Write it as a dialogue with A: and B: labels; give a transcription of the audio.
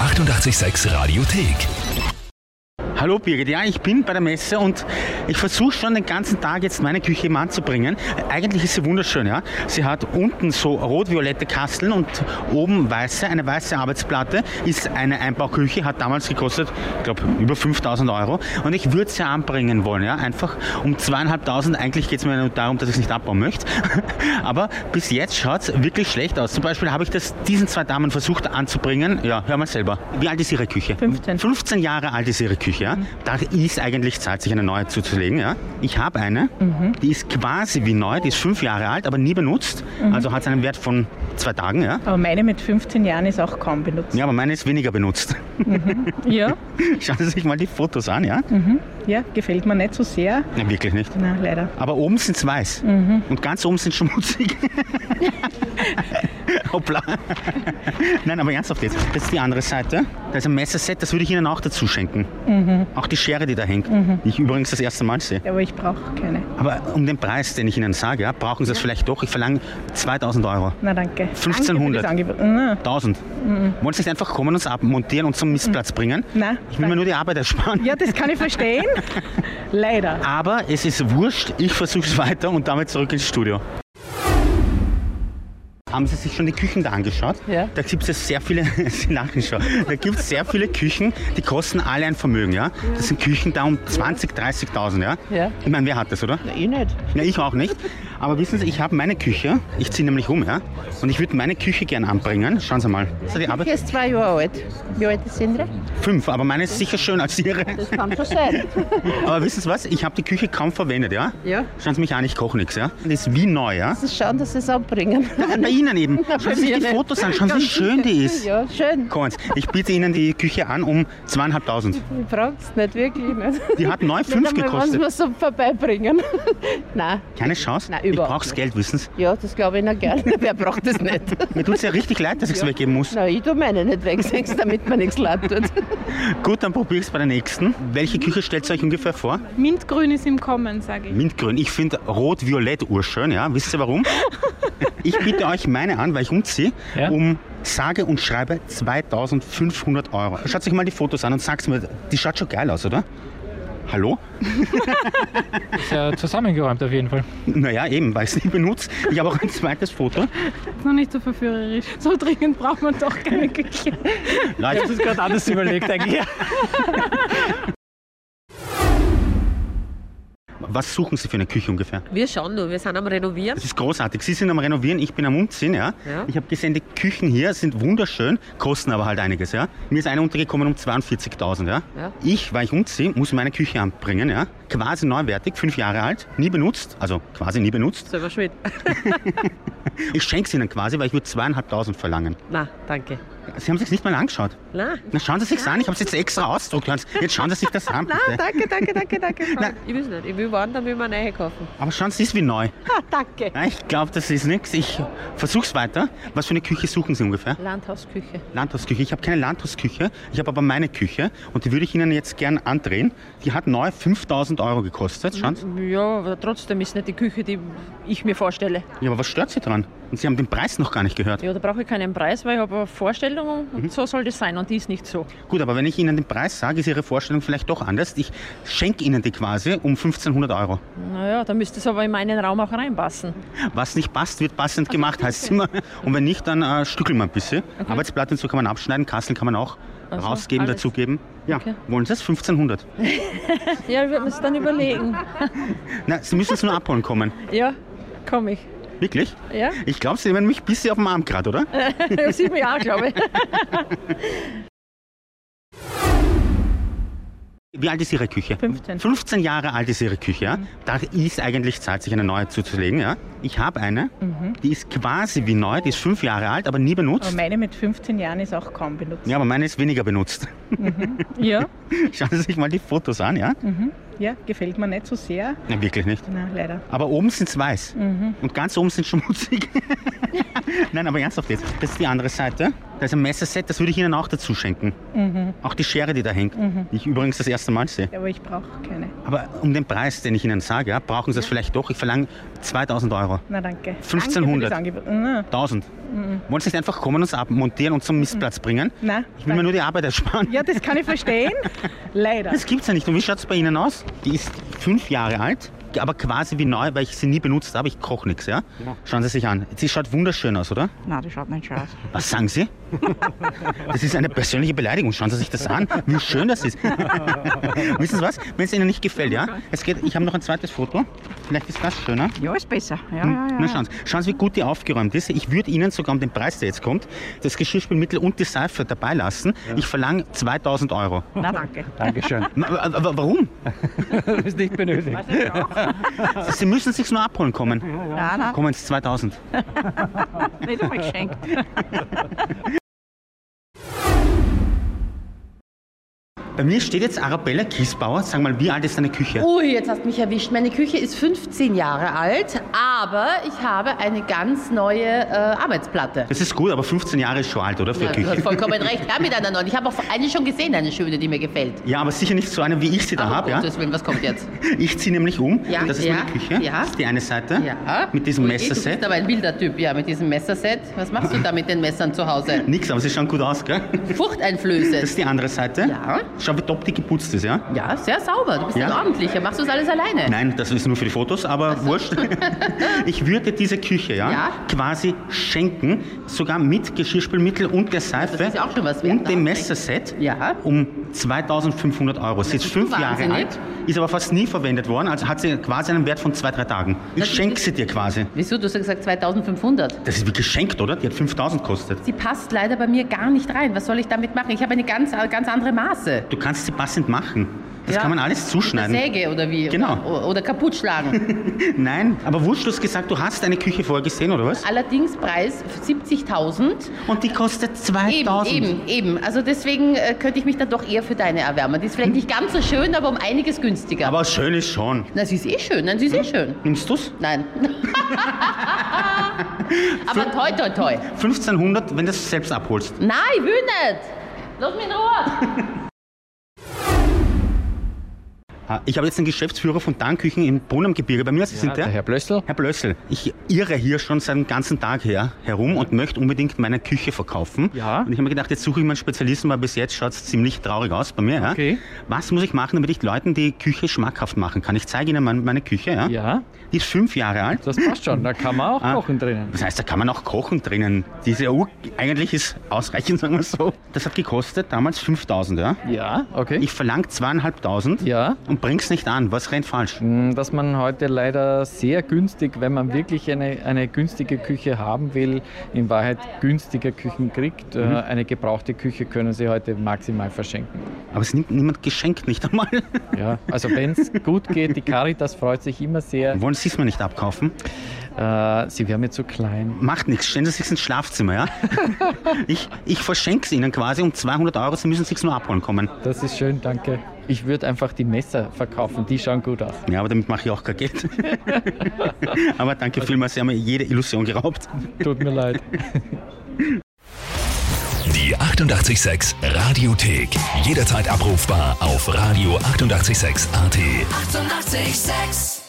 A: 886 Radiothek.
B: Hallo Birgit, ja, ich bin bei der Messe und ich versuche schon den ganzen Tag jetzt meine Küche im zu bringen. Eigentlich ist sie wunderschön, ja. Sie hat unten so rot-violette Kasteln und oben weiße, eine weiße Arbeitsplatte. Ist eine Einbauküche, hat damals gekostet, ich glaube, über 5000 Euro. Und ich würde sie anbringen wollen, ja. Einfach um zweieinhalbtausend. Eigentlich geht es mir nur darum, dass ich es nicht abbauen möchte. Aber bis jetzt schaut es wirklich schlecht aus. Zum Beispiel habe ich das diesen zwei Damen versucht anzubringen. Ja, hör mal selber. Wie alt ist Ihre Küche?
C: 15.
B: 15 Jahre alt ist Ihre Küche, ja? Da ist eigentlich Zeit, sich eine neue zuzulegen, ja? Ich habe eine, die ist quasi wie neu, die ist fünf Jahre alt, aber nie benutzt. Also hat es einen Wert von zwei Tagen, ja?
C: Aber meine mit 15 Jahren ist auch kaum benutzt.
B: Ja, aber meine ist weniger benutzt.
C: ja,
B: Schauen Sie sich mal die Fotos an, ja?
C: ja, gefällt mir nicht so sehr.
B: Nein, wirklich nicht.
C: Na, leider.
B: Aber oben sind es weiß und ganz oben sind schmutzig. Hoppla. Nein, aber ernsthaft jetzt. Das ist die andere Seite. Da ist ein Messerset, das würde ich Ihnen auch dazu schenken. Auch die Schere, die da hängt, die ich übrigens das erste Mal sehe.
C: Aber ich brauche keine.
B: Aber um den Preis, den ich Ihnen sage, ja, brauchen Sie das vielleicht doch. Ich verlange 2000 Euro.
C: Na, danke.
B: 1500.
C: Danke für das Angebot. Na,
B: 1000. Wollen Sie nicht einfach kommen und es abmontieren und zum Mistplatz bringen?
C: Nein,
B: Ich will mir
C: danke.
B: nur die Arbeit ersparen.
C: ja, das kann ich verstehen. leider.
B: Aber es ist wurscht. Ich versuche es weiter und damit zurück ins Studio. Haben Sie sich schon die Küchen da angeschaut?
C: Ja.
B: Da gibt es ja sehr viele, Sie lachen schon, da gibt es sehr viele Küchen, die kosten alle ein Vermögen, ja? Das sind Küchen da um 20, 30.000, ja?
C: Ja.
B: Ich meine, wer hat das, oder?
C: Ich nicht.
B: Ja, ich auch nicht. Aber wissen Sie, ich habe meine Küche, ich ziehe nämlich um, ja? Und ich würde meine Küche gern anbringen. Schauen Sie mal. Ist da die
D: Ich
B: Arbeit?
D: ist zwei Jahre alt. Wie alt ist Sindre?
B: Fünf, aber meine ist sicher schön als Ihre.
D: Das kann schon sein.
B: Aber wissen Sie was? Ich habe die Küche kaum verwendet, ja?
D: Ja.
B: Schauen Sie mich an, ich koche nichts, ja? Die ist wie neu, ja?
D: Sie schauen, dass Sie es anbringen.
B: Bei Ihnen eben. Schauen Sie sich die
D: mir nicht.
B: Fotos an, schauen Sie, wie schön die ist.
D: Ja, schön.
B: Koins, ich biete Ihnen die Küche an um zweieinhalbtausend.
D: Ich brauche es nicht wirklich. Nicht.
B: Die hat neu fünf
D: Wenn Sie
B: gekostet.
D: mir so vorbeibringen. Nein,
B: Keine Chance.
D: Nein,
B: ich
D: überhaupt
B: brauch's
D: nicht.
B: Geld, wissen Sie.
D: ja, das glaube ich noch gerne. Wer braucht das nicht?
B: Mir tut's ja richtig leid, dass ich's weggeben muss.
D: Na, ich tue meine nicht weg, sechs, damit man nichts leid tut.
B: Gut, dann probiere ich's bei der nächsten. Welche Küche stellt ihr euch ungefähr vor?
E: Mintgrün ist im Kommen, sage ich.
B: Mintgrün. Ich finde rot-violett urschön, ja. Wisst ihr warum? ich biete euch meine an, weil ich umziehe,
F: Ja.
B: um sage und schreibe 2500 Euro. Schaut euch mal die Fotos an und sagt's mir, die schaut schon geil aus, oder? Hallo?
F: Ist ja äh, zusammengeräumt auf jeden Fall.
B: Naja, eben, weil ich es nicht benutze. Ich habe auch ein zweites Foto.
E: Ist noch nicht so verführerisch. So dringend braucht man doch keine Küche.
B: Leute,
F: ist gerade anders überlegt eigentlich.
B: was suchen Sie für eine Küche ungefähr?
G: Wir schauen nur, wir sind am Renovieren.
B: Das ist großartig. Sie sind am Renovieren, ich bin am Umziehen, ja.
G: Ja.
B: Ich habe gesehen, die Küchen hier sind wunderschön, kosten aber halt einiges, ja. Mir ist eine untergekommen um 42.000, ja?
G: Ja.
B: Ich, weil ich umziehe, muss meine Küche anbringen, ja. Quasi neuwertig, fünf Jahre alt, nie benutzt, also quasi nie benutzt.
G: Sollen wir Ah, schwimmen?
B: Ich schenke es Ihnen quasi, weil ich würde zweieinhalbtausend verlangen.
G: Na, danke.
B: Sie haben es sich nicht mal angeschaut.
G: Na,
B: Na, schauen Sie sich's an, ich habe es jetzt extra ausgedruckt. hören Sie. Jetzt schauen Sie sich das an,
D: Ah,
B: bitte.
G: danke, danke, danke, danke.
B: Na.
G: Ich will nicht. Ich will warten, dann will man eine kaufen.
B: Aber schauen Sie, es ist wie neu.
G: Ah, danke.
B: Ja, Ich glaube, das ist nichts. Ich versuch's weiter. Was für eine Küche suchen Sie ungefähr?
D: Landhausküche.
B: Landhausküche. Ich habe keine Landhausküche, ich habe aber meine Küche und die würde ich Ihnen jetzt gern andrehen. Die hat neu 5000 Euro gekostet, schauen Sie.
G: Ja, aber trotzdem ist nicht die Küche, die ich mir vorstelle.
B: Ja, aber was stört Sie dran? Und Sie haben den Preis noch gar nicht gehört.
G: Ja, da brauche ich keinen Preis, weil ich habe eine Vorstellung
H: Mhm.
G: und so soll das sein und die ist nicht so.
B: Gut, aber wenn ich Ihnen den Preis sage, ist Ihre Vorstellung vielleicht doch anders. Ich schenke Ihnen die quasi um 1500 Euro.
G: Naja, da müsste es aber in meinen Raum auch reinpassen.
B: Was nicht passt, wird passend gemacht, heißt es immer. Und wenn nicht, dann äh, stückeln wir ein bisschen. Arbeitsblatt und so kann man abschneiden, Kassel kann man auch
G: so,
B: rausgeben,
G: alles.
B: dazugeben. Ja,
G: Okay.
B: wollen Sie es? 1500.
G: Ja, ich werde mir es dann überlegen.
B: Na, Sie müssen es nur abholen kommen.
G: Ja, komme ich.
B: Wirklich?
G: Ja,
B: Ich glaube, Sie nehmen mich ein bisschen auf den Arm gerade, oder?
G: das sieht man ja auch, glaube ich.
B: Wie alt ist Ihre Küche?
C: 15.
B: 15 Jahre alt ist Ihre Küche,
G: Mhm.
B: ja? Da ist eigentlich Zeit, sich eine neue zuzulegen, ja? Ich habe eine,
G: Mhm.
B: die ist quasi wie neu, die ist fünf Jahre alt, aber nie benutzt.
C: Aber meine mit 15 Jahren ist auch kaum benutzt.
B: ja, aber meine ist weniger benutzt.
C: Ja,
B: Schauen Sie sich mal die Fotos an, ja?
G: Mhm.
C: Ja, gefällt mir nicht so sehr.
B: Nein, wirklich nicht.
C: Na, leider.
B: Aber oben sind es weiß
C: Mhm.
B: und ganz oben sind schmutzig. Nein, aber ernsthaft jetzt. Das ist die andere Seite. Da ist ein Messerset, das würde ich Ihnen auch dazu schenken.
C: Mhm.
B: Auch die Schere, die da hängt, die ich übrigens das erste Mal sehe.
C: Aber ich brauche keine.
B: Aber um den Preis, den ich Ihnen sage, ja, brauchen Sie das vielleicht doch. Ich verlange 2000 Euro.
C: Na, danke.
B: 1500.
C: Danke für das Angebot. Na,
B: 1000. Wollen Sie nicht einfach kommen, uns abmontieren und zum Mistplatz bringen?
C: Mhm. na,
B: Ich will mir nur die Arbeit ersparen.
C: Ja, das kann ich verstehen. leider.
B: Das gibt's ja nicht. Und wie schaut's bei Ihnen aus? Die ist fünf Jahre alt, aber quasi wie neu, weil ich sie nie benutzt habe. Ich koche nichts, ja? Schauen Sie sich an. Sie schaut wunderschön aus, oder?
I: Nein, das schaut nicht schön aus.
B: Was sagen Sie? Das ist eine persönliche Beleidigung. Schauen Sie sich das an, wie schön das ist. Wissen Sie was? Wenn es Ihnen nicht gefällt, ja? Es geht, ich habe noch ein zweites Foto. Vielleicht ist das schöner.
I: Ja, ist besser. Ja, Ah, ja, ja.
B: Hm, Na, schauen, Sie, schauen Sie, wie gut die aufgeräumt ist. Ich würde Ihnen sogar um den Preis, der jetzt kommt, das Geschirrspülmittel und die Seife dabei lassen. Ich verlange 2000 Euro.
I: Nein, danke.
J: Dankeschön.
B: Na, wa- wa- Warum?
J: Das ist nicht benötigt.
B: Sie müssen sich's nur abholen kommen.
I: Nein, nein,
B: Kommen Sie 2000.
I: nicht einmal geschenkt.
B: Bei mir steht jetzt Arabella Kiesbauer. Sag mal, wie alt ist deine
I: Oh.
B: Küche?
H: Ui, jetzt hast du mich erwischt. Meine Küche ist 15 Jahre alt, aber ich habe eine ganz neue äh, Arbeitsplatte.
B: Das ist gut, aber 15 Jahre ist schon alt, oder? Für
H: Ja, du hast
B: Küche.
H: vollkommen recht, ja, mit einer neuen. Ich habe auch eine schon gesehen, eine schöne, die mir gefällt. Um
B: Ja, aber sicher nicht so eine, wie ich sie da habe, ja?
H: oh Gottes Willen, was kommt jetzt?
B: Ich ziehe nämlich um.
H: Ja,
B: das ist
H: ja,
B: meine Küche.
H: ja.
B: Das ist die eine Seite. Mit diesem
H: Ui, Du bist
B: Messerset.
H: aber ein wilder Typ, ja, mit diesem Messerset. Was machst du da mit den Messern zu Hause?
B: Nix, aber sie schauen gut aus, gell? Das
H: Furchteinflößend.
B: ist die andere Seite.
H: Ja.
B: Schau, wie top die geputzt ist, ja?
H: Ja, sehr sauber. Du bist
B: Ja.
H: ein ordentlicher. Machst du das alles alleine?
B: Nein, das ist nur für die Fotos, aber wurscht. Ich würde diese Küche ja,
H: Ja.
B: quasi schenken, sogar mit Geschirrspülmittel und der Seife
H: ist ja auch schon was wert,
B: und dem
H: ne?
B: Messerset
H: Ja.
B: um 2500 Euro. Sie ist
H: ist
B: fünf
H: schon
B: Jahre
H: wahnsinnig.
B: alt, ist aber fast nie verwendet worden, also hat sie quasi einen Wert von zwei, drei Tagen. Ich
H: Das ist-
B: schenke sie dir quasi.
H: Wieso? Du hast ja gesagt 2500.
B: Das ist wie geschenkt, oder? Die hat 5000 kostet.
H: Sie passt leider bei mir gar nicht rein. Was soll ich damit machen? Ich habe eine ganz, äh, ganz andere Maße.
B: Du kannst sie passend machen. Das
H: Ja.
B: kann man alles
H: Eine
B: zuschneiden.
H: Säge oder wie?
B: Genau.
H: Oder, oder kaputt schlagen.
B: Nein, aber wurscht, du hast gesagt, du hast eine Küche vorher gesehen, oder was?
H: Allerdings Preis 70.000.
B: Und die kostet
H: Eben,
B: 2000.
H: eben, eben. Also deswegen äh, könnte ich mich dann doch eher für deine erwärmen. Die ist vielleicht nicht ganz so schön, aber um einiges günstiger.
B: Hm. Aber Hm? schön ist schon.
H: Na, sie ist eh schön. Nein, sie ist eh schön.
B: Nimmst du's?
H: Nein. aber toi, toi, toi.
B: 1500, wenn du es selbst abholst.
H: Nein, ich will nicht. Lass mich in Ruhe.
B: Ah, Ich habe jetzt den Geschäftsführer von Tankküchen im Brunnengebirge. Bei mir Sie sind
J: Der
B: der?
J: Herr Blössel.
B: Herr Blössel, ich irre hier schon seit dem ganzen Tag her herum und möchte unbedingt meine Küche verkaufen.
J: Ja.
B: Und ich habe mir gedacht, jetzt suche ich mal einen Spezialisten, weil bis jetzt schaut es ziemlich traurig aus bei mir. Ja?
J: Okay.
B: Was muss ich machen, damit ich Leuten die Küche schmackhaft machen kann? Ich zeige Ihnen mein- meine Küche. Ja?
J: Ja,
B: Die ist fünf Jahre alt.
J: das passt schon. Da kann man auch
B: Ah.
J: kochen drinnen.
B: Das heißt, da kann man auch kochen drinnen. Diese Uhr eigentlich ist ausreichend, sagen wir so. Das hat gekostet damals 5000, ja?
J: Ja, okay.
B: Ich verlange zweieinhalbtausend.
J: ja, Hm.
B: Und bring's nicht an, was rennt falsch?
J: mh, Mm, dass man heute leider sehr günstig, wenn man wirklich eine, eine günstige Küche haben will, in Wahrheit günstiger Küchen kriegt. Äh, Eine gebrauchte Küche können sie heute maximal verschenken.
B: Aber es nimmt niemand geschenkt, nicht einmal.
J: Ja, also wenn es gut geht, die Caritas freut sich immer sehr.
B: Wollen Sie es mir nicht abkaufen?
J: Äh, sie wären mir zu klein.
B: Macht nichts, stellen Sie sich ins Schlafzimmer, ja? ich ich verschenke es Ihnen quasi um 200 Euro, Sie müssen es nur abholen kommen.
J: Das ist schön, danke. Ich würde einfach die Messer verkaufen, die schauen gut aus.
B: Ja, aber damit mache ich auch kein Geld. aber danke vielmals, Sie haben mir jede Illusion geraubt.
J: Tut mir leid.
A: Die 886 Radiothek. Jederzeit abrufbar auf radio886.at. 886!
K: 886